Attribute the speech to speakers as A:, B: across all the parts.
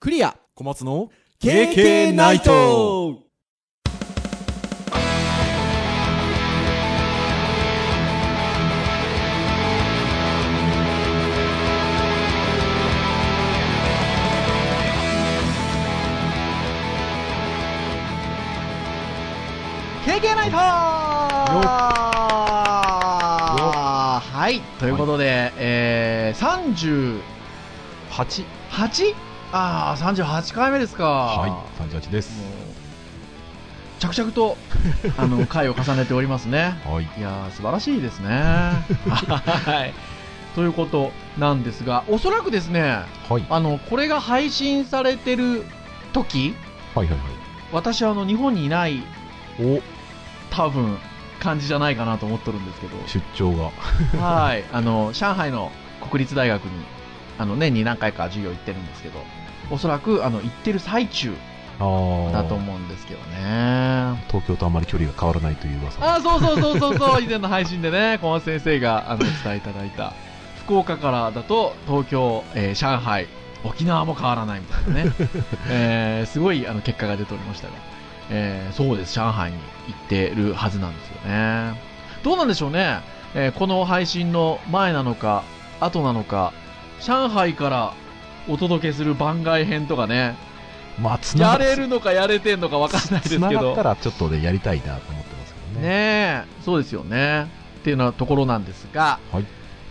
A: クリア
B: 小松の
A: KK ナイト
C: 経験ないとはい、ということで、えー、
B: 8
C: 38? ああ、38回目ですか。
B: はい38です
C: もう着々 と、あの、回を重ねておりますね。
B: はい
C: いやー、素晴らしいですね。はい。ということなんですが、おそらくですね、
B: はい
C: あの、これが配信されてる時、
B: はいはいはい
C: 私はあの、日本にいない
B: お
C: 多分感じじゃないかなと思っとるんですけど、
B: 出張が
C: はい、あの上海の国立大学にあの年に何回か授業行ってるんですけど、おそらくあの行ってる最中
B: ああ
C: だと思うんですけどね。
B: 東京とあまり距離が変わらないという噂
C: あーそうそうそうそうそう以前の配信 でね小松先生があのお伝えいただいた福岡からだと東京、えー上海沖縄も変わらないみたいなね、 えーすごいあの結果が出ておりましたが、えーそうです上海に行ってるはずなんですよねどうなんでしょうね、えーこの配信の前なのか後なのか上海からお届けする番外編とかね
B: まあつな
C: や
B: が
C: れるのかやれてんのか分かんないですけ
B: つなが
C: ど
B: ったらちょっとねやりたいなと思ってますけどね
C: ねえ、そうですよね。っていうようなところなんですが、
B: はい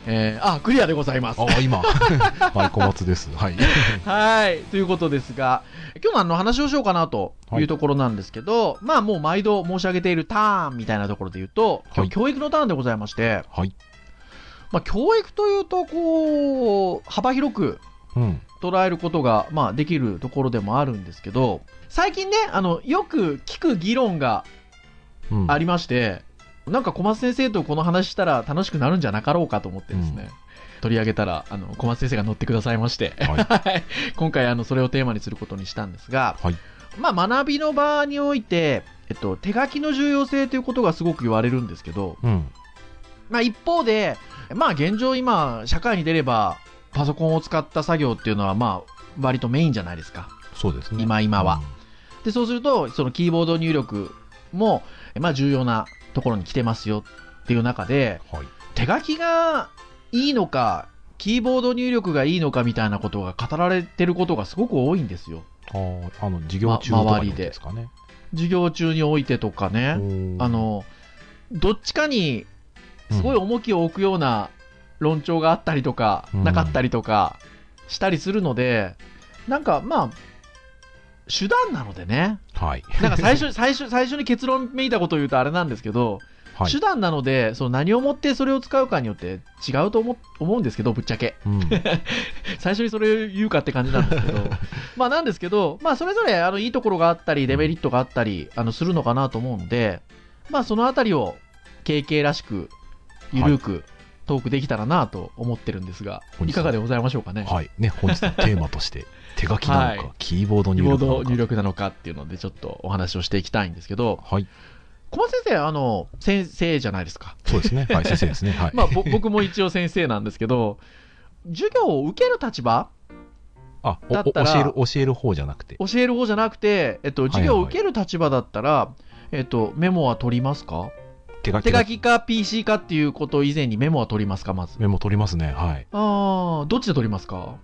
C: えーあ、クリアでございます。
B: あ今 はい小松ですはい
C: はい、ということですが、今日のあの話をしようかなと
B: はいいう
C: ところなんですけど、まあもう毎度申し上げているターンみたいなところで言うと、今
B: はい
C: 日教育のターンでございまして、
B: はい
C: まあ教育というと、こう、幅広く
B: うん
C: 捉えることが、まあ、できるところでもあるんですけど、最近ね、あの、よく聞く議論が
B: うん
C: ありまして、なんか小松先生とこの話したら楽しくなるんじゃなかろうかと思ってですね、取り上げたら、あの、小松先生が乗ってくださいまして、
B: はい
C: はい今回、あの、それをテーマにすることにしたんですが、
B: はい
C: まあ、学びの場において、えっと、手書きの重要性ということがすごく言われるんですけど、
B: うん
C: まあ、一方で、まあ、現状今、社会に出れば、パソコンを使った作業っていうのは、まあ、割とメインじゃないですか。
B: そうですね
C: 今今はで、そうすると、そのキーボード入力も、まあ、重要なところに来てますよっていう中で、
B: うんはい
C: 手書きがいいのか、キーボード入力がいいのかみたいなことが語られてることがすごく多いんですよ。
B: あーあの授業中と
C: ま
B: か
C: 周
B: に
C: りで
B: ですかね
C: 授業中においてとか
B: あ
C: ね、あの、どっちかにすごい重きを置くような論調があったりとか、
B: うん
C: なかったりとかしたりするので、なんかまあ、手段なのでね、
B: はい
C: なんか最 初最初最初に結論めいたことを言うとあれなんですけど、
B: はい
C: 手段なのでその何をもってそれを使うかによって違うと思思うんですけどぶっちゃけ
B: うん
C: 最初にそれを言うかって感じなんです けどまあなんですけど、まあ、それぞれあのいいところがあったりデメリットがあったりあのするのかなと思うので、まあ、そのあたりを KK らしくゆるくトークできたらなと思ってるんですが、
B: 本
C: い、
B: 日
C: かがでございましょうかね。
B: はいね本日のテーマとして手書きなの
C: は
B: かキーボード
C: キ
B: 入
C: ーボ
B: 力な
C: ード
B: のか
C: 入力なのかっていうのでちょっとお話をしていきたいんですけど
B: はい
C: 小松先生あの先生じゃないですか
B: そうですねはい先生ですねはい
C: まあ、ぼ僕も一応先生なんですけど、授業を受ける立場、
B: あ、お
C: だ
B: お
C: ったら
B: 教える、教える方じゃなくて。
C: 教える方じゃなくて、えっと、
B: いはい
C: 授業を受ける立場だったら、えっと、メモは取りますか
B: 手書き
C: 手
B: だ
C: 書きか PC かっていうこと以前にメモは取りますか、まず。
B: メモ取りますね。はい。
C: ああ、どっちで取りますか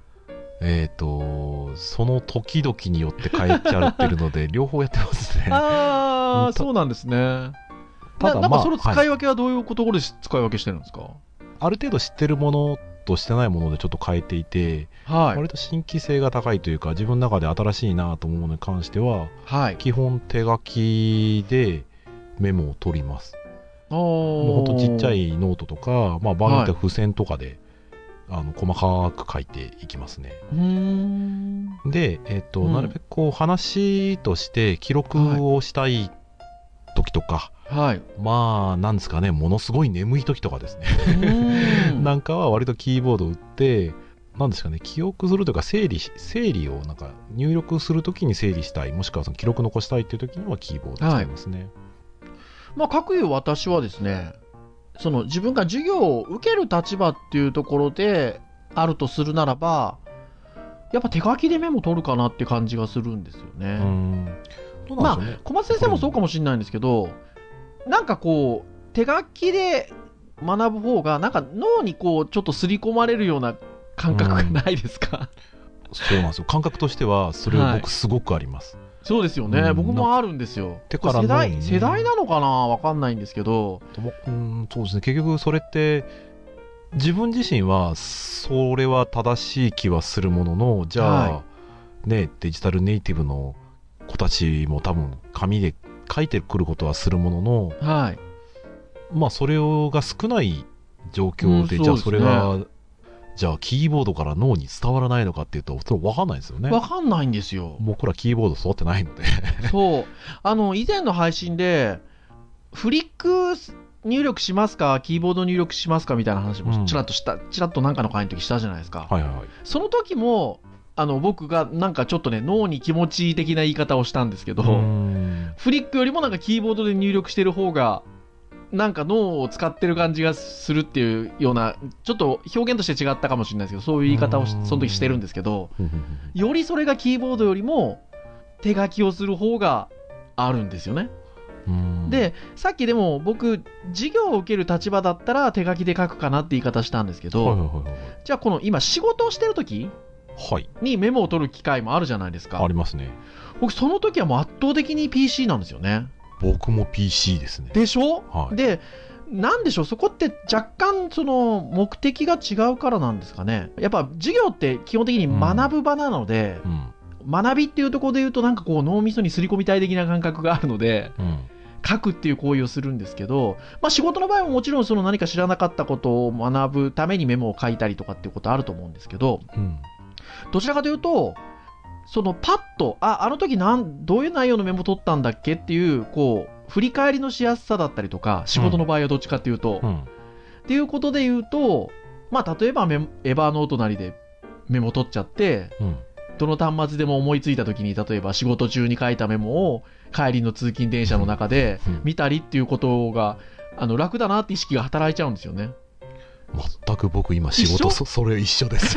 B: えっ、と、その時々によって変えちゃってるの で、両方やってますね。
C: あ
B: う
C: あ、
B: ん
C: そうなんですね。
B: ただ
C: ななん
B: ま
C: か
B: あ
C: その使い分けはどういうところで使い分けしてるんですか
B: ある程度知ってるものとしてないものでちょっと変えていて、
C: はい。
B: 割と新規性が高いというか、自分の中で新しいなと思うものに関しては、
C: はい。
B: 基本手書きでメモを取ります。もう
C: も
B: ほんとちっちゃ。いノートとか、まあ場合によっては付箋とかで、あの細かく書いていきますね。
C: うーん。
B: で、えっと
C: うん
B: なるべくこう話として記録をしたい時とか、
C: はい。
B: まあなんですかねものすごい眠い時とかですね、
C: うー ん
B: なんかは割とキーボードを打ってなんですかね記憶するというか整理し整理をなんか入力する時に整理したいもしくはその記録残したいっていう時にはキーボードを使いますね、
C: まあ、かくいう私はですね、その自分が授業を受ける立場っていうところであるとするならば、やっぱ手書きでメモ取るかなって感じがするんですよね。
B: うんどう
C: ま
B: なん
C: あ
B: でしょうね、
C: 小松先生もそうかもしれないんですけど、なんかこう手書きで学ぶ方がなんか脳にこうちょっと刷り込まれるような感覚が
B: うん
C: ないですか、
B: そうなんですよ感覚としてはそれ
C: はい
B: 僕すごくあります、
C: そうですよね、
B: うん
C: 僕もあるんですよ
B: 手
C: こ
B: か
C: れ
B: ら
C: 世代
B: 脳にね
C: 世代なのかなわかんないんですけど
B: ともうんそうですね結局それって自分自身はそれは正しい気はするもののじゃあ、
C: は
B: ねデジタルネイティブの子たちも多分紙で書いてくることはするものの
C: はい
B: まあそれをが少ない状況で、
C: うん
B: じゃあ
C: そ
B: そう
C: で
B: れ
C: すね
B: がじゃあキーボードから脳に伝わらないのかっていうとそれ分かんないですよね
C: わかんないんですよ
B: 僕らキーボード育ってないので
C: そうあの以前の配信でフリック入力しますかキーボード入力しますかみたいな話
B: う
C: も
B: ん
C: ちらっとした、ちらっとなんかの会の時したじゃないですか、
B: はいはいはい
C: その時もあの僕がなんかちょっとね脳に気持ちいい的な言い方をしたんですけど、
B: うん
C: フリックよりもなんかキーボードで入力してる方がなんか脳を使ってる感じがするっていうようなちょっと表現として違ったかもしれないですけどそういう言い方をし
B: うん
C: その時してるんですけどよりそれがキーボードよりも手書きをする方があるんですよね。
B: うん
C: でさっきでも僕授業を受ける立場だったら手書きで書くかなって言い方したんですけど、
B: はいはいはいはい
C: じゃあこの今仕事をしてる時
B: はい
C: にメモを取る機会もあるじゃないですか
B: ありますね
C: 僕その時はもう圧倒的に PC なんですよね
B: 僕も PC ですね
C: でしょ、
B: はい
C: でなんでしょうそこって若干その目的が違うからなんですかねやっぱ授業って基本的に学ぶ場なので
B: う、ん
C: 学びっていうところで言うとなんかこう脳みそに刷り込みたい的な感覚があるので
B: うん
C: 書くっていう行為をするんですけど、まあ、仕事の場合ももちろんその何か知らなかったことを学ぶためにメモを書いたりとかっていうことあると思うんですけど、
B: うん
C: どちらかというと、そのパッと、あ、あの時なん、どういう内容のメモ取ったんだっけっていう、こう、振り返りのしやすさだったりとか、仕事の場合はどっちかっていうと、
B: う
C: っ
B: ん
C: ていうことで言うと、まあ、例えばメモ、エバーノートなりでメモ取っちゃって、
B: うん
C: どの端末でも思いついた時に、例えば仕事中に書いたメモを、帰りの通勤電車の中で
B: うん
C: 見たりっていうことが、あの、楽だなって意識が働いちゃうんですよね。
B: 全く僕今仕
C: 一緒
B: 事そそれ一緒です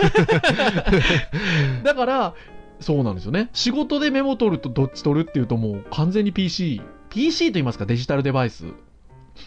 C: だから、そうなんですよね。仕事でメモ取るとどっち取るっていうともう完全に PC。PC と言いますかデジタルデバイス。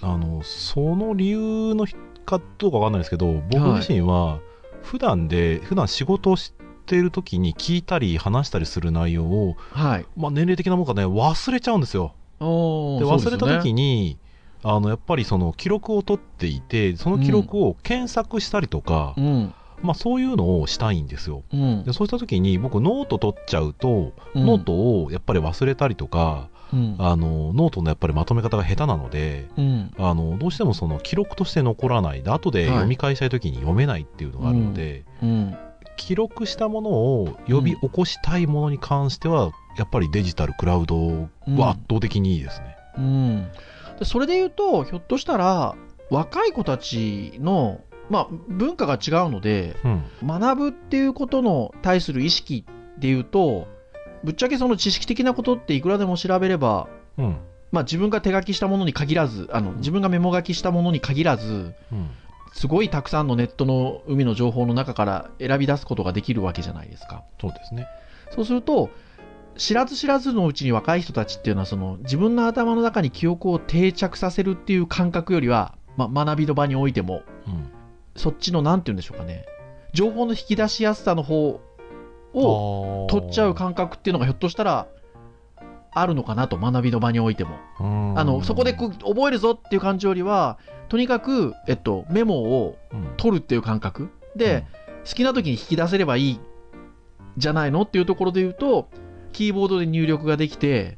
B: あのその理由のひかどうかわかんないですけど僕自身は普段で普段仕事をしてる時に聞いたり話したりする内容を、
C: はい。
B: まあ、年齢的なもんかね忘れちゃうんですよ
C: おー
B: で忘れた時
C: に。
B: に、あのやっぱりその記録を取っていてその記録を検索したりとか、
C: うん。
B: まあ、そういうのをしたいんですよ
C: うん
B: で。そうした時に僕ノート取っちゃうと、ノートをやっぱり忘れたりとか
C: うん。
B: あのノートのやっぱりまとめ方が下手なので
C: うん。
B: あのどうしてもその記録として残らないで後で
C: はい
B: 読み返したい時に読めないっていうのがあるので、
C: うん。
B: 記録したものを呼び起こしたいものに関しては、やっぱりデジタルクラウドは圧倒的にいいですね。
C: うん。でそれで言うと、ひょっとしたら、若い子たちの、まあ、文化が違うので、
B: うん
C: 学ぶっていうことの対する意識で言うと、ぶっちゃけその知識的なことっていくらでも調べれば
B: うん
C: まあ、自分が手書きしたものに限らずあの自分がメモ書きしたものに限らず
B: うん
C: すごいたくさんのネットの海の情報の中から選び出すことができるわけじゃないですか
B: そうですね。
C: そうすると知らず知らずのうちに若い人たちっていうのはその自分の頭の中に記憶を定着させるっていう感覚よりは、まあ、学びの場においても
B: うん
C: そっちの何て言うんでしょうかね情報の引き出しやすさの方を
B: を
C: 取っちゃう感覚っていうのがひょっとしたらあるのかなと学びの場においても。あのそこでこう覚えるぞっていう感じよりはとにかく、えっと、メモを
B: うん、
C: 取るっていう感覚で、好きな時に引き出せればいいじゃないのっていうところで言うとキーボードで入力ができて、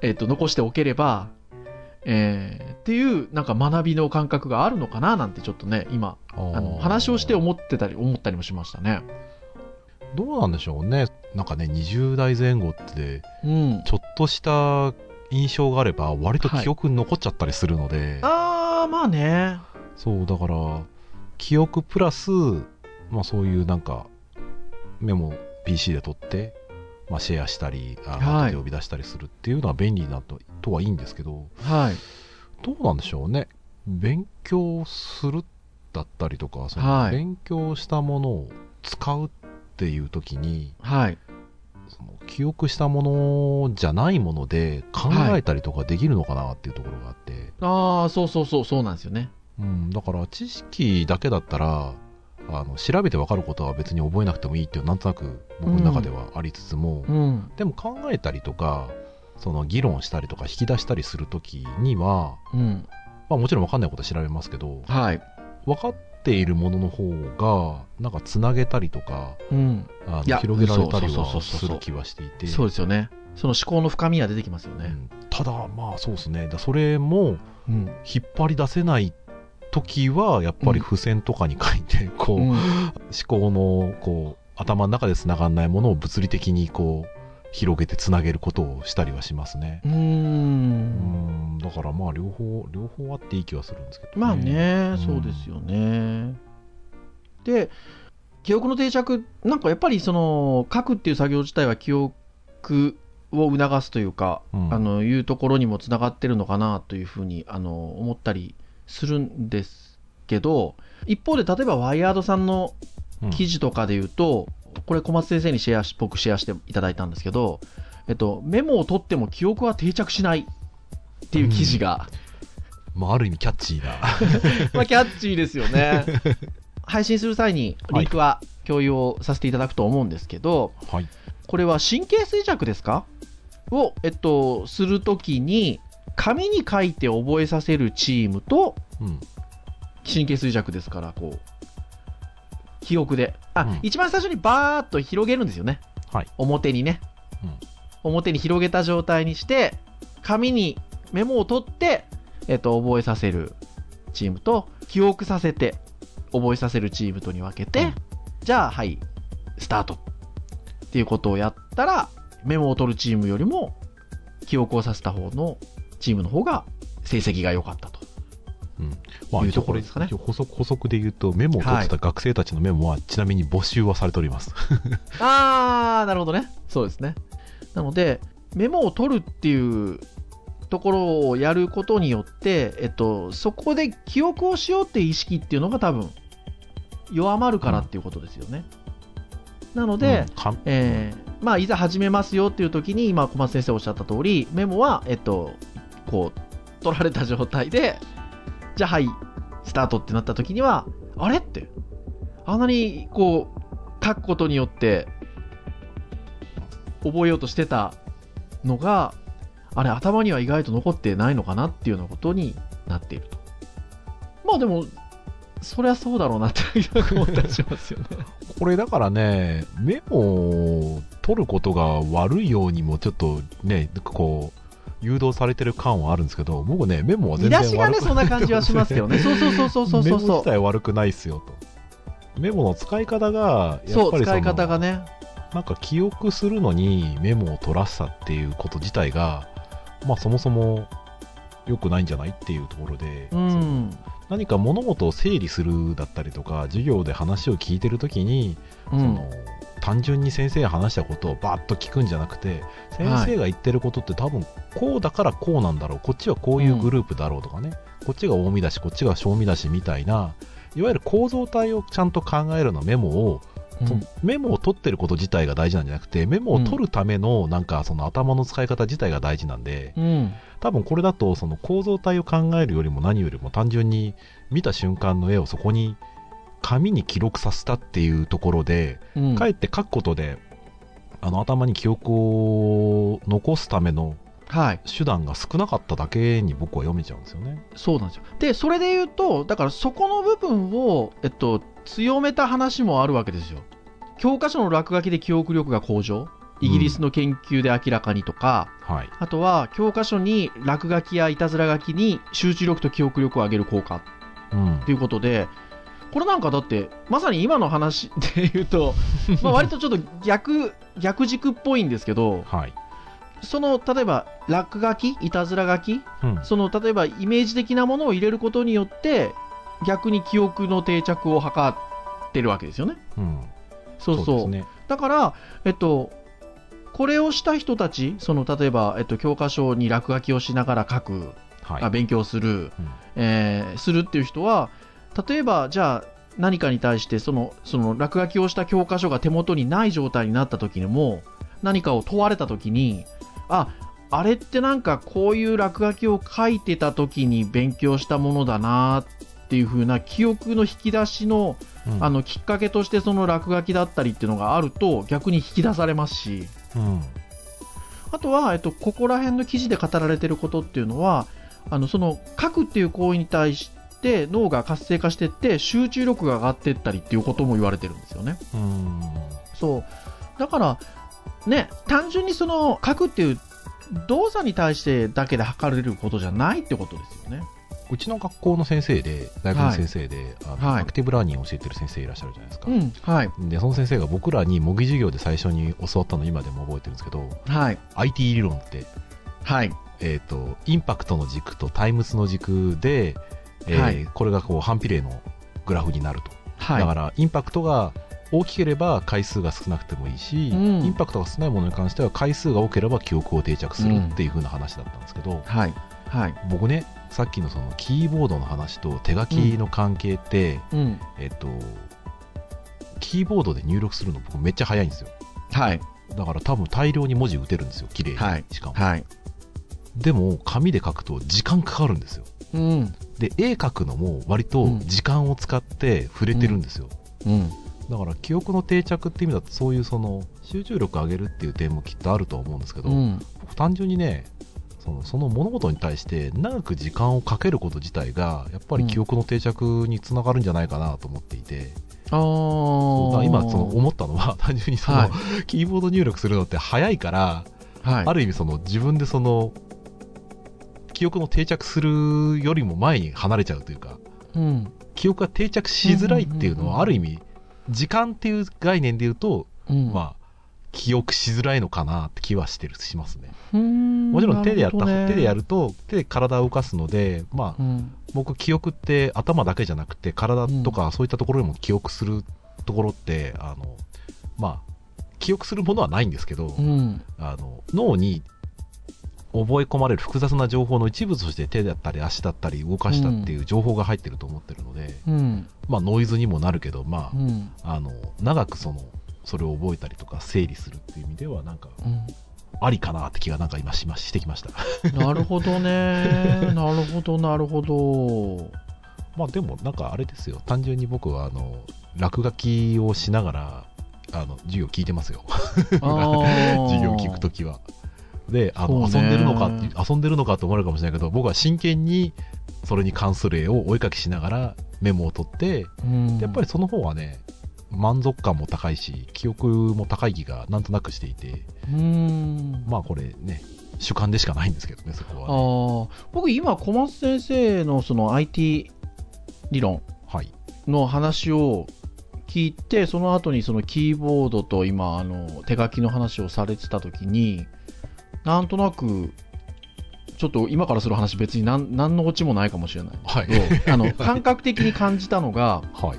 C: えっと、残しておければ、えーっていうなんか学びの感覚があるのかななんてちょっとね今
B: うん
C: あの話をして思ってたり思ったりもしましたね。
B: どうなんでしょうね。なんかね、20代前後って、
C: うん、
B: ちょっとした印象があれば、割と記憶に残っちゃったりするので、
C: あーまあね。
B: そう、だから、記憶プラス、まあそういうなんか、メモ PC で取って、まあシェアしたり、あ
C: は
B: 後
C: い
B: で呼び出したりするっていうのは便利なととはいいんですけど、
C: はい、
B: どうなんでしょうね。勉強するだったりとか、その
C: はい
B: 勉強したものを使うっっていう時に
C: はい。
B: その記憶したものじゃないもので考えたりとかできるのかなっていうところがあって、
C: ああ、そうそうそう、そうなんですよね。
B: うん、だから知識だけだったらあの調べて分かることは別に覚えなくてもいいっていうなんとなく僕の中ではありつつも、
C: うん。
B: でも考えたりとかその議論したりとか引き出したりする時には、
C: うん。
B: まあ、もちろん分かんないことは調べますけど
C: はい。
B: 分かっているものの方がなんかつなげたりとか
C: うん。
B: あ
C: いや
B: の広げられたり
C: そうそう
B: は
C: そうそ
B: す
C: うそう
B: る気はしていて
C: そうですよね。その思考の深みが出てきますよ
B: う
C: ね。
B: んただまあそうですねだそれも
C: うん。
B: 引っ張り出せない時はやっぱり付箋とかに書いて、こう、
C: うん
B: 思考のこう頭の中でつながらないものを物理的にこう広げてつなげることをしたりはしますね
C: う。ー。
B: うんんだからまあ両方両方あっていい気はするんですけど、
C: まあね、
B: うん
C: そうですよね。で、記憶の定着、なんかやっぱりその書くっていう作業自体は記憶を促すというか、
B: うん
C: あのいうところにもつながってるのかなというふうにあの思ったりするんですけど、一方で例えばワイヤードさんの
B: うん
C: 記事とかで言うと、これ小松先生にシェアし僕シェアしていただいたんですけど、えっと、メモを取っても記憶は定着しないっていう記 事が、
B: まあ、ある意味キャッチー な
C: まあキャッチーですよね配信する際にリンクは共有をさせていただくと思うんですけど、
B: はい
C: これは神経衰弱ですかを、えっと、するときに紙に書いて覚えさせるチームと
B: うん
C: 神経衰弱ですからこう記憶であ、
B: うん
C: 一番最初にバーッと広げるんですよね、
B: はい
C: 表にね、
B: うん
C: 表に広げた状態にして紙にメモを取って、えっと、覚えさせるチームと記憶させて覚えさせるチームとに分けて、
B: うん
C: じゃあはいスタートっていうことをやったらメモを取るチームよりも記憶をさせた方のチームの方が成績が良かったと。
B: うんまあ
C: いう
B: 一
C: と
B: 応
C: こ
B: こ
C: ろ
B: れ
C: ですかね
B: 一応補足補足で言うとメモを取ってた学生たちのメモはちなみに募集はされております、
C: あー、なるほどね。そうですね。なので、メモを取るっていうところをやることによって、えっと、そこで記憶をしようっていう意識っていうのが多分、弱まるからっていうことですよね。なので、
B: うんかん
C: えーまあ、いざ始めますよっていう時に、今、小松先生おっしゃった通り、メモは、えっと、こう、取られた状態で、じゃあ、はい、スタートってなった時には、あれって、あんなに、こう、書くことによって、覚えようとしてたのが、あれ、頭には意外と残ってないのかなっていうようなことになっていると。まあ、でも、そりゃそうだろうなって思ったりしますよね。
B: これだからねメモを取ることが悪いようにもちょっとねこう誘導されてる感はあるんですけど僕ねメモは
C: 見
B: 全
C: 出
B: 然
C: しがね、
B: 悪く
C: そんな感じはしますけ どね。そうそうそうそうそう
B: メモ
C: そうそ
B: 自
C: う。
B: 体悪くないっすよとメモの使い方がや
C: そ
B: っぱ
C: う、
B: り
C: 使
B: そ
C: い
B: の
C: 方がね。
B: なんか記憶するのにメモを取らせたっていうこと自体がまあそもそも良くないんじゃないっていうところで、
C: う
B: その
C: ん。
B: 何か物事を整理するだったりとか授業で話を聞いてるときに
C: う
B: そ
C: ん。
B: の単純に先生が話したことをバーッと聞くんじゃなくて先生が言ってることって多分こうだからこうなんだろうこっちはこういうグループだろうとかね、こっちが大見出しこっちが小見出しみたいないわゆる構造体をちゃんと考えるのメモを、そのメモを取ってること自体が大事なんじゃなくてメモを取るためのなんかその頭の使い方自体が大事なんで
C: うん。
B: 多分これだとその構造体を考えるよりも何よりも単純に見た瞬間の絵をそこに紙に記録させたっていうところで
C: うん。
B: かえって書くことであの頭に記憶を残すための
C: はい。
B: 手段が少なかっただけに僕は読めちゃうんですよね。
C: そうなんですよ。で、それで言うと、だからそこの部分を、えっと、強めた話もあるわけですよ。教科書の落書きで記憶力が向上。イギリスの研究で明らかにとか、
B: はい、
C: あとは教科書に落書きやいたずら書きに集中力と記憶力を上げる効果
B: うん
C: ということで、これなんかだって、まさに今の話 で言うと、まあ割とちょっと逆、逆軸っぽいんですけど、
B: はい
C: その例えば落書き、いたずら書き、
B: うん
C: その例えばイメージ的なものを入れることによって、逆に記憶の定着を図ってるわけですよね。
B: うん、
C: そうそう。
B: ですね
C: だから、えっと、これをした人たち、その例えば、えっと、教科書に落書きをしながら書く、
B: はい
C: あ勉強する、
B: うん
C: えーするっていう人は例えばじゃあ何かに対してそのその落書きをした教科書が手元にない状態になった時にも何かを問われた時にああれってなんかこういう落書きを書いてた時に勉強したものだなっていう風な記憶の引き出しの
B: うん
C: あのきっかけとしてその落書きだったりっていうのがあると逆に引き出されますし
B: うん
C: あとは、えっと、ここら辺の記事で語られてることっていうのはあのその書くっていう行為に対して脳が活性化してって集中力が上がってったりっていうことも言われてるんですよね。
B: うん
C: そうだからね単純にその書くっていう動作に対してだけで測れることじゃないってことですよね。
B: うちの学校の先生で大学の先生で、あの
C: はい
B: アクティブラーニングを教えてる先生いらっしゃるじゃないですか、
C: うん、はい、
B: でその先生が僕らに模擬授業で最初に教わったの今でも覚えてるんですけど
C: はい、
B: IT 理論って、
C: はい、
B: えー、とインパクトの軸とタイムスの軸で、えー
C: はい
B: これがこう反比例のグラフになると、
C: はい。
B: だからインパクトが大きければ回数が少なくてもいいし、
C: うん
B: インパクトが少ないものに関しては回数が多ければ記憶を定着するっていう風な話だったんですけど、
C: はい、はい、
B: 僕ねさっきのそのキーボードの話と手書きの関係って、
C: うん、
B: えっとキーボードで入力するの僕めっちゃ早いんですよ
C: はい、
B: だから多分大量に文字打てるんですよ綺麗に、
C: はい
B: しかも
C: はい、
B: でも紙で書くと時間かかるんですよ
C: うん、
B: で絵描くのも割と時間を使って触れてるんですよ、
C: うん、
B: だから記憶の定着って意味だとそういうその集中力上げるっていう点もきっとあると思うんですけど、
C: うん、
B: 僕単純にねそのその物事に対して長く時間をかけること自体がやっぱり記憶の定着につながるんじゃないかなと思っていて、
C: あ
B: そうだから
C: あ
B: 今その思ったのは 単純にその、
C: はい
B: キーボード入力するのって早いから、
C: はい、
B: ある意味その自分でその記憶の定着するよりも前に離れちゃうというか
C: うん、
B: 記憶が定着しづらいっていうの
C: うんうんうんうん
B: はある意味時間っていう概念で言うと、
C: うん、
B: まあ記憶しづらいのかなって気はしてるしますね。
C: うーん、
B: もちろん手でやった、
C: なるほどね
B: 手でやると手で体を動かすので、まあ、
C: うん、
B: 僕記憶って頭だけじゃなくて体とかそういったところにも記憶するところって、あのまあ記憶するものはないんですけど、
C: うん、
B: あの脳に覚え込まれる複雑な情報の一部として手だったり足だったり動かしたっていう情報が入ってると思ってるので、
C: うん、
B: まあノイズにもなるけどま
C: うん、うん、
B: あ,、あの長くそのそれを覚えたりとか整理するっていう意味ではなんかありかなって気がなんか今しましてきました
C: なるほどね、なるほど、なるほど。
B: まあでもなんかあれですよ単純に僕はあの落書きをしながらあの授業聞いて ますよ
C: 授
B: 授業聞くときはであ
C: そ
B: の遊
C: うね
B: んでるのかって遊んでるのかと思われるかもしれないけど僕は真剣にそれに関する絵を追いかけしながらメモを取ってでやっぱりその方はね満足感も高いし記憶も高い気がなんとなくしていて
C: うん、うん
B: まあこれね主観でしかないんですけどねそこ
C: あ
B: はね、
C: ー僕今小松先生のその IT 理論
B: はい
C: の話を聞いてその後にそのキーボードと今あの手書きの話をされてた時になんとなくちょっと今からする話別に何何のオチもないかもしれない
B: はい
C: けどあの感覚的に感じたのが
B: はい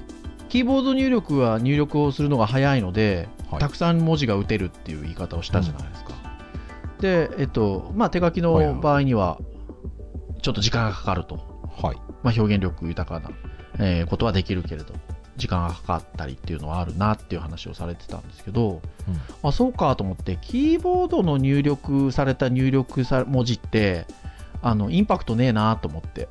C: キーボード入力は入力をするのが早いので、
B: はい
C: たくさん文字が打てるっていう言い方をしたじゃないですか。で、えっとまあ、手書き
B: はいはい
C: の場合にはちょっと時間がかかると、
B: はい
C: まあ、表現力豊かな、えーことはできるけれど時間がかかったりっていうのはあるなっていう話をされてたんですけど、
B: うん
C: あそうかと思ってキーボードの入力された入力さ文字ってあのインパクトねえなと思って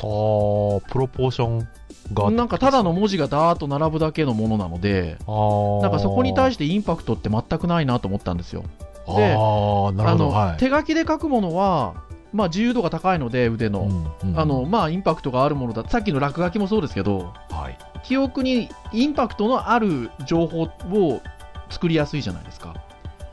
B: あープロポーションが
C: なんかただの文字がダーッと並ぶだけのものなので。
B: あー
C: なんかそこに対
B: して
C: してインパクトって全くないなと思ったんですよ。
B: あ
C: で
B: ーなるほど
C: あの
B: はい
C: 手書きで書くものは、まあ、自由度が高いので腕の,、
B: うんうん
C: あのまあ、インパクトがあるものださっきの落書きもそうですけど
B: はい
C: 記憶にインパクトのある情報を作りやすいじゃないですか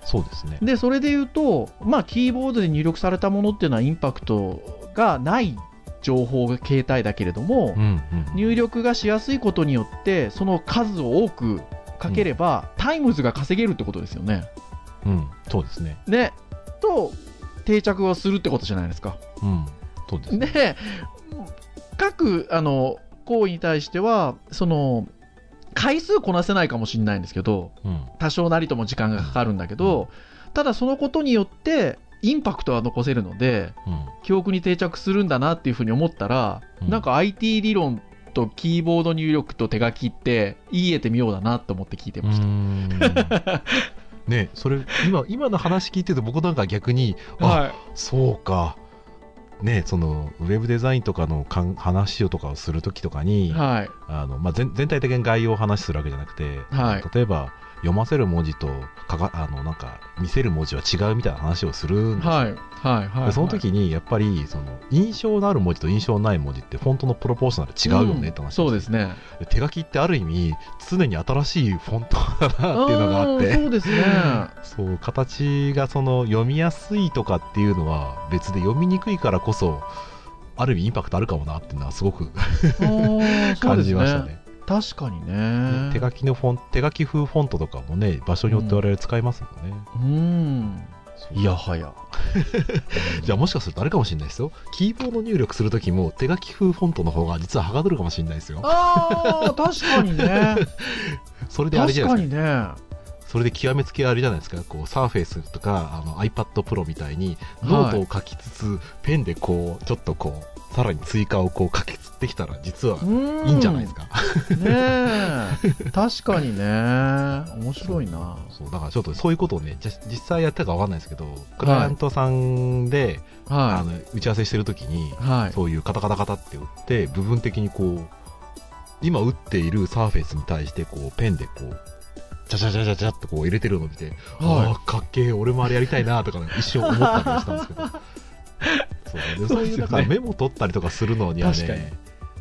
B: そうですね
C: でそれで言うと、まあ、キーボードで入力されたものっていうのはインパクトがない情報が携帯だけれども、
B: うんうん
C: 入力がしやすいことによってその数を多くかければ、タイムズが稼げるってことですよね。
B: うん、そうですね。
C: ね、と定着をするってことじゃないですか。
B: うん、そうですね。
C: で各あの行為に対してはその回数こなせないかもしれないんですけど
B: うん、
C: 多少なりとも時間がかかるんだけど、ただそのことによってインパクトは残せるので
B: うん、
C: 記憶に定着するんだなっていうふうに思ったら、
B: うん
C: なんか IT 理論とキーボード入力と手書きって言い得て妙だなと思って聞いて
B: うー
C: ました。
B: んねそれ今今の話聞いてて僕なんか逆にあ、
C: はい、
B: そうかねそのウェブデザインとかのかん話をとかをする時とかに、
C: はい、
B: あのまあ、全全体的に概要を話するわけじゃなくて、
C: はい
B: 例えば読ませる文字とかかあのなんか見せる文字は違うみたいな話をするんですよ
C: はい、はい、はい。
B: でその時にやっぱりその印象のある文字と印象のない文字ってフォントのプロポーショナル違うよねって話、
C: んそうですね。
B: で手書きってある意味常に新しいフォントだなっていうのがあっ
C: ーそ
B: て
C: うですね。
B: そう形がその読みやすいとかっていうのは別で読みにくいからこそある意味インパクトあるかもなっていうのはすごく
C: あーそう
B: 感
C: です
B: じましたね。
C: 確かにね。
B: 手書きのフォン手書き風フォントとかもね場所によって我々使いますもんね、
C: うん。いやはや。
B: じゃあもしかするとあれかもしれないですよキーボード入力する時も手書き風フォントの方が実ははかどるかもしれないですよ
C: あ あ、確かにね。
B: それであれ
C: 確
B: じゃない
C: か
B: ですか
C: にね。
B: それで極めつけあれじゃないですか、こう、サーフェイスとか、あの、iPad Pro みたいに、ノートを書きつつ、ペンでこう、ちょっとこう、さらに追加をこう、書きつってきたら、実は、いいんじゃないです
C: か。
B: か。
C: ねえ。確かにね。面白いな。
B: そう、だからちょっとそういうことをね、じゃ実際やったかわかんないですけど、クライアントさんで、あ
C: は
B: の、打ち合わせしてるときに
C: い。、はい。
B: そういうカタカタカタって打って、部分的にこう、今打っているサーフェイスに対して、こう、ペンでこう、ちゃちゃちゃちゃちゃってこう入れてるのを見て、あ
C: は
B: あ、かっけえ、俺もあれやりたいなとか、ね、一瞬思ったりはしたんですけ ど。そうで
C: そ
B: そうう
C: で
B: い
C: す
B: う
C: よね
B: なんかメモ取ったりとかするのには
C: 確かに
B: ね、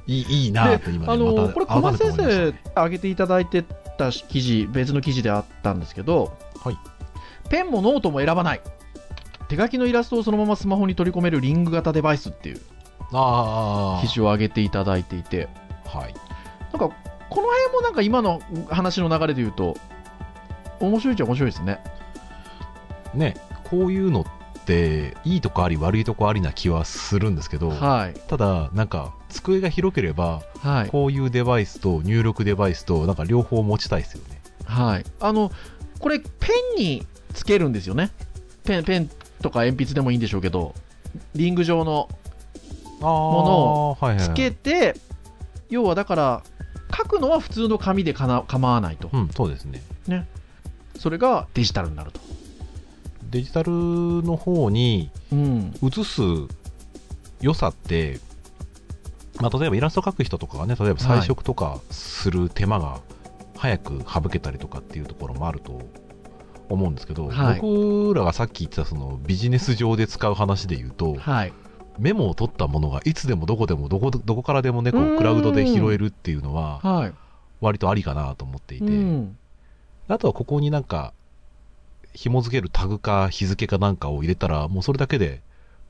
B: いいいいなと今
C: あ
B: ね、
C: の
B: ま
C: これ、
B: た改
C: 駒
B: めて
C: 先
B: 思いました
C: 生
B: ね。、
C: 挙げていただいてた記事、別の記事であったんですけど、
B: はい
C: ペンもノートも選ばない、手書きのイラストをそのままスマホに取り込めるリング型デバイスっていう
B: あ
C: 記事を挙げていただいていて、
B: あ、はい。
C: なんか、この辺もなんか今の話の流れで言うと、面白いっちゃ面白いですね。
B: ね、こういうのって、いいとこあり、悪いとこありな気はするんですけど、
C: はい。
B: ただ、なんか、机が広ければ、
C: はい。
B: こういうデバイスと入力デバイスと、なんか両方持ちたいですよね。
C: はい、あのこれペンにつけるんですよねペンペンとか鉛筆でもいいんでしょうけどリング状の
B: もの
C: の
B: をはいはい
C: つけて要はだから書くのは普通の紙でかな構わないと
B: うん、そうですね。
C: それがデジタルになると、
B: デジタルの方に
C: うん、
B: 映す良さって、まあ、例えばイラスト描く人とかがね例えば彩色とかする手間が早く省けたりとかっていうところもあると思うんですけど、
C: はい
B: 僕らがさっき言ってたそのビジネス上で使う話で言うと
C: はい
B: メモを取ったものがいつでもどこでもどこどこからでもねこうクラウドで拾えるっていうのは
C: は
B: 割とありかなと思ってい
C: い、
B: て、
C: うん、
B: あとはここになんか、紐付けるタグか日付かなんかを入れたら、もうそれだけで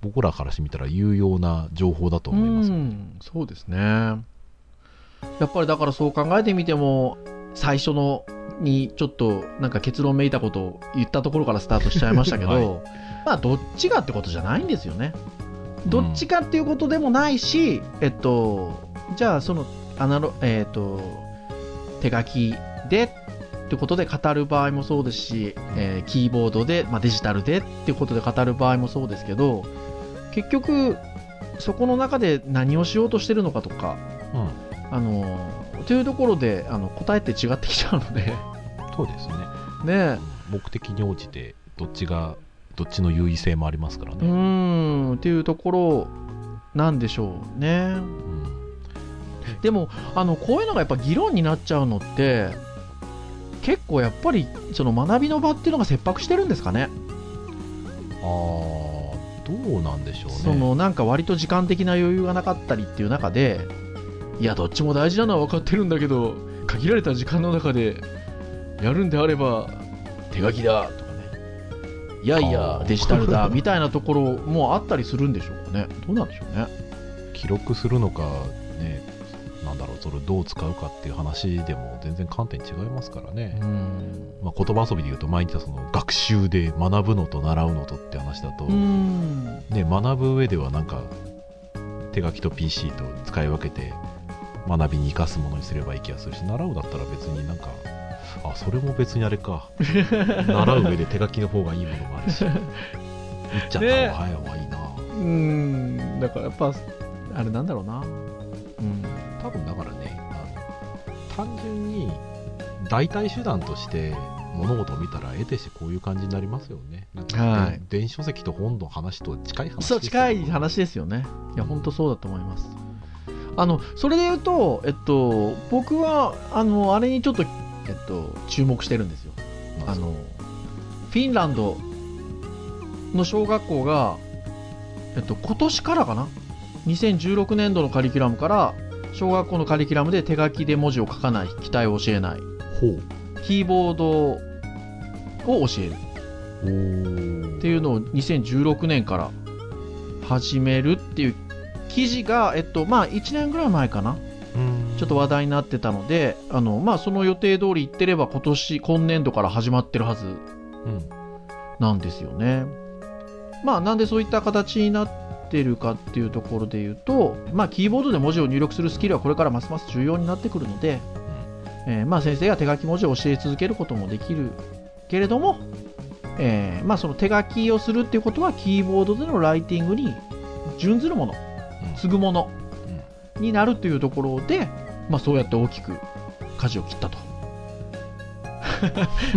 B: 僕らからしてみたら有用な情報だと思います。
C: うんそうですねやっぱりだからそう考えてみても最初のにちょっとなんか結論めいたことを言ったところからスタートしちゃいましたけど、
B: はい
C: まあどっちがってことじゃないんですよねどっちかっていうことでもないし、えっとじゃあそのアナロえっと手書きでってことで語る場合もそうですし、えーキーボードで、まあ、デジタルでってことで語る場合もそうですけど結局そこの中で何をしようとしてるのかとか
B: うん
C: あのーというところであの答えって違ってきちゃうので
B: そうですね。
C: ね
B: 目的に応じて、どっちが、どっちの優位性もありますから
C: うー
B: ね。
C: んっていうところなんでしょうね
B: うん
C: でもあのこういうのがやっぱ議論になっちゃうのって結構やっぱりその学びの場っていうのが切迫してるんですかね
B: ああ、どうなんでしょうね。
C: そのなんか割と時間的な余裕がなかったりっていう中でいやどっちも大事なのは分かってるんだけど限られた時間の中でやるんであれば手書きだとかねいやいや
B: あー
C: デジタルだみたいなところもあったりするんでしょうかねどうなんでしょうね
B: 記録するのか、ね、なんだろう、それをどう使うかっていう話でも全然観点違いますからね。
C: うん
B: まあ、言葉遊びで言うと、前に言ったその学習で学ぶのと習うのとって話だと、
C: うん
B: ね、学ぶ上ではなんか手書きと PC と使い分けて学びに生かすものにすればいい気がするし習うだったら別になんかあそれも別にあれ か習う上で手書きの方がいいものもあるし言っちゃった方
C: ね
B: が早い方がいいな、
C: うんだからやっぱあれなんだろうなうん
B: 多分だからねあの単純に代替手段として物事を見たら得てしてこういう感じになりますよね。なんか
C: はい
B: で電子書籍と本の話と近い話
C: そう近い
B: ですよ
C: 話ですよねいや本当そうだと思いますあのそれで言うと、えっと、僕はあのあれにちょっと、えっと、注目してるんですよあのフィンランドの小学校が、えっと、今年からかな2016年度のカリキュラムから小学校のカリキュラムで手書きで文字を書かない筆記体を教えない
B: ほう
C: キーボードを教える
B: おー
C: っていうのを2016年から始めるっていう記事が、えっと、まあ1年ぐらい前かな、
B: うん
C: ちょっと話題になってたので、あの、まあその予定通り行ってれば今年、今年度から始まってるはず
B: うん
C: なんですよね。まあなんでそういった形になってるかっていうところで言うと、まあキーボードで文字を入力するスキルはこれからますます重要になってくるので、えーまあ先生が手書き文字を教え続けることもできるけれども、えーまあその手書きをするっていうことはキーボードでのライティングに準ずるもの、
B: うん
C: 継ぐものになるというところで、まあそうやって大きく舵を 切ったと。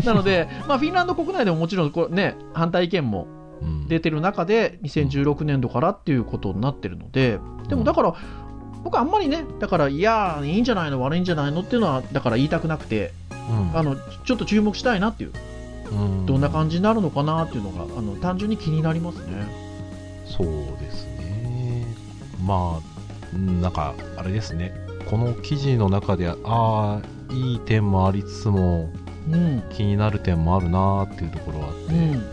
C: なので、まあ、フィンランド国内でももちろんこれ、ね、反対意見も
B: うん
C: 出てる中で2016年度からっていうことになってるのででもだから僕あんまりねだからいやーいいんじゃないの悪いんじゃないのっていうのはだから言いたくなくて
B: うん
C: あのちちょっと注目したいなっていう
B: うん
C: どんな感じになるのかなっていうのがあの単純に気になりますね。
B: そうですね。まあ、うんなんか、あれですね。この記事の中で、ああ、いい点もありつつも、
C: うん
B: 気になる点もあるなーっていうところはあって、
C: うん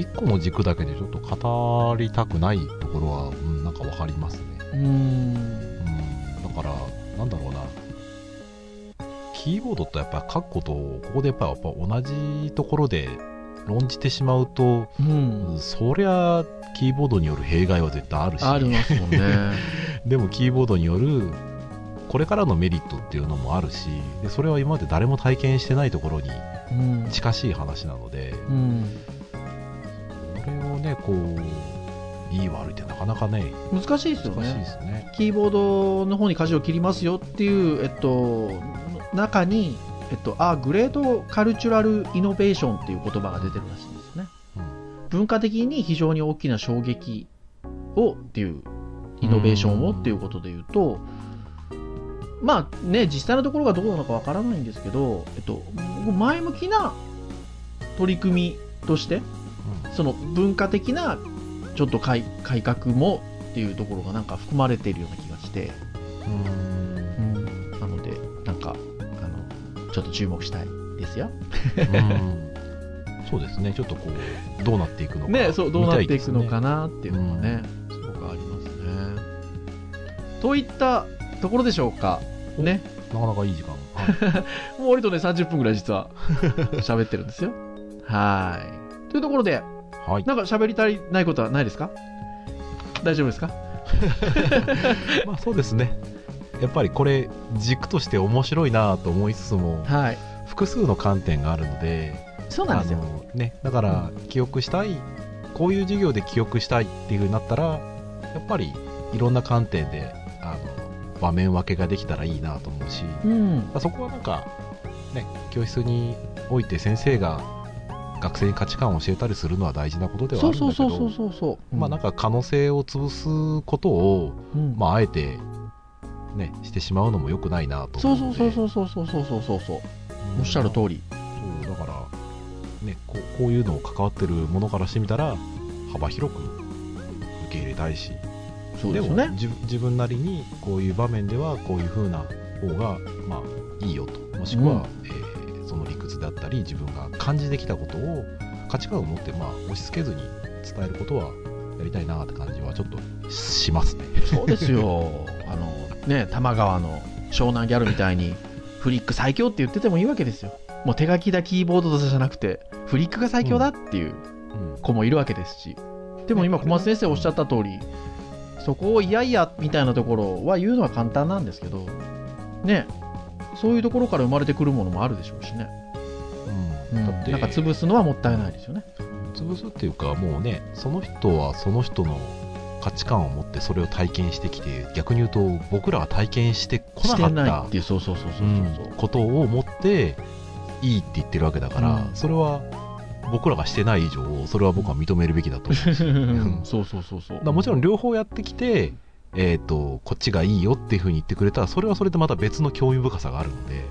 B: 一個の軸だけでちょっと語りたくないところは、うん、なんかわかりますね。
C: うん
B: うん、だから、なんだろうな。キーボードとやっぱ書くことを、ここでやっぱやっぱ同じところで論じてしまうと、
C: うん
B: うんそりゃ、キーボードによる弊害は絶対あるし。
C: ありますもんね。
B: でもキーボードによるこれからのメリットっていうのもあるしでそれは今まで誰も体験してないところに
C: うん
B: 近しい話なので
C: うん
B: これをねこういい悪いってなかなかね
C: 難しいですよ
B: 難しいで
C: ね。
B: すね。
C: キーボードの方に舵を切りますよっていう、えっと、中に、えっと、あグレートカルチュラルイノベーションっていう言葉が出てるらしいんですよね、文化的に非常に大きな衝撃をっていうイノベーションをっていうことで言うとまあね実際のところがどうなのかわからないんですけど、えっと、前向きな取り組みとしてその文化的なちょっと改改革もっていうところがなんか含まれているような気がして、
B: うんうん
C: なのでなんかあのちょっと注目したいですよ。
B: うんそうですねちょっとこうどうなっていくのか
C: ねそうどうなっていくのか
B: な
C: なっていうのがね、すごくありますね。といったところでしょうか。ね、
B: なかなかいい時間はい
C: もう割とね30分ぐらい実 は喋ってるんですよ。はい。というところで、
B: はい
C: なんか喋り足りないことはないですか大丈夫ですか
B: まあそうですねやっぱりこれ軸として面白いなと思いつつも
C: はい。
B: 複数の観点があるので
C: そうなんです
B: あ
C: よ。
B: のね、だから記憶したい、こういう授業で記憶したいっていう風になったらやっぱりいろんな観点であの場面分けができたらいいなと思うし、
C: うん。
B: そこはなんか、ね、教室において先生が学生に価値観を教えたりするのは大事なことではあ
C: そ
B: る
C: うん
B: だけ
C: そう
B: ど
C: そうそうそうそう。
B: まあなんか可能性を潰すことを、
C: うん
B: まあ、あえて、ね、してしまうのも良くないなと
C: そう
B: 思
C: そう
B: ので
C: そうそうそうそうそうそうそうそう
B: うん
C: おっしゃる通り
B: そうだから、ね、こうこういうのを関わってるものからしてみたら幅広く受け入れたいし
C: そうですよ
B: も
C: ね
B: 自自分なりにこういう場面ではこういう風な方が、まあ、いいよともしくは、えーその理屈だったり自分が感じてきたことを価値観を持って、まあ、押し付けずに伝えることはやりたいなって感じはちょっとしますね。
C: そうですよあのね多摩川の湘南ギャルみたいにフリック最強って言っててもいいわけですよもう手書きだキーボードだじゃなくてフリックが最強だっていう
B: うん
C: 子もいるわけですしでも今小松先生おっしゃった通りそこをいやいやみたいなところは言うのは簡単なんですけどねそういうところから生まれてくるものもあるでしょうしね、うん、
B: だって
C: なんか潰すのはもったいないですよね
B: 潰すっていうかもうねその人はその人の価値観を持ってそれを体験してきて逆に言うと僕らは体験してこな
C: し
B: か
C: て
B: っ
C: ない
B: た
C: っていうそうそうそうそう
B: う
C: そう、
B: んことを持っていいって言ってるわけだから、
C: うん
B: それは僕らがしてない以上それは僕は認めるべきだと思うだか
C: うん そうそうそうそう
B: らもちろん両方やってきて、えー、とこっちがいいよっていうふうに言ってくれたらそれはそれでまた別の興味深さがあるので、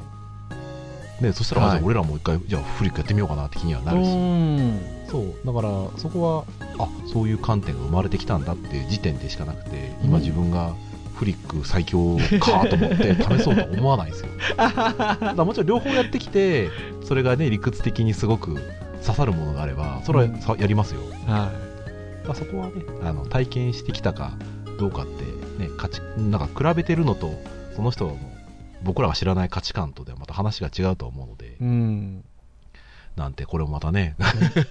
B: ね、そしたら、
C: は
B: あじ
C: い
B: ゃあ俺らもう一回じゃあフリックやってみようかなって気にはなるし、
C: うん
B: そうだからそこはあそういう観点が生まれてきたんだっていう時点でしかなくて今
C: うん
B: 自分がフリック最強かと思 って試そうとは思わないんですよだからもちろん両方やってきてそれがね理屈的にすごく刺さるものがあればそれはさやりますよ、
C: は
B: まあ、そこはねあの体験してきたかどうかってね価値なんか比べてるのとその人の僕らが知らない価値観とではまた話が違うと思うので
C: い、うん、
B: なんてこれもまたね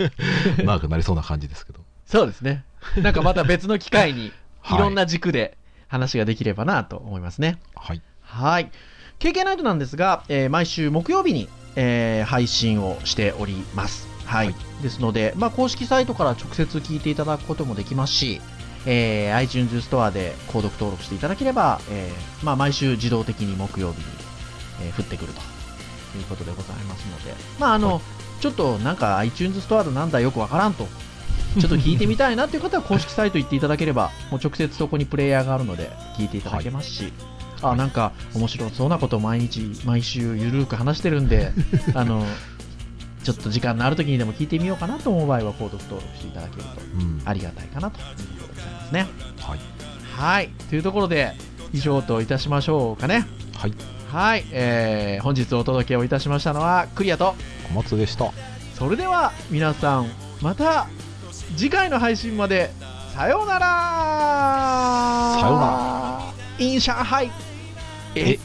B: 長くなりそうな感じですけど
C: そうですねなんかまた別の機会に
B: はい
C: いろんな軸で話ができればなと思いますね
B: はい
C: はい。KK ナイトなんですが、えー毎週木曜日に、えー配信をしております。はい。
B: はい
C: ですので、まあ、公式サイトから直接聞いていただくこともできますし、えー iTunes ストアで購読登録していただければ、えーまあ、毎週自動的に木曜日に、えー降ってくるということでございますので、まあ、あの、
B: は
C: ちょっとなんか iTunes ストアだなんだよくわからんと、ちょっと聞いてみたいなという方は公式サイト行っていただければ、 もう直接そこにプレイヤーがあるので聞いていただけますし、あなんか面白そうなことを毎日毎週ゆるく話してるんであのちょっと時間のある時にでも聞いてみようかなと思う場合は購読登録していただけると
B: うん
C: ありがたいかなということでございますね
B: はい。
C: はいというところで以上といたしましょうかね
B: はい。
C: はい、えー本日お届けをいたしましたのはクリアと
B: 小松でした。
C: それでは皆さんまた次回の配信までさようなら
B: さよう
C: ならインシャンハイ
B: え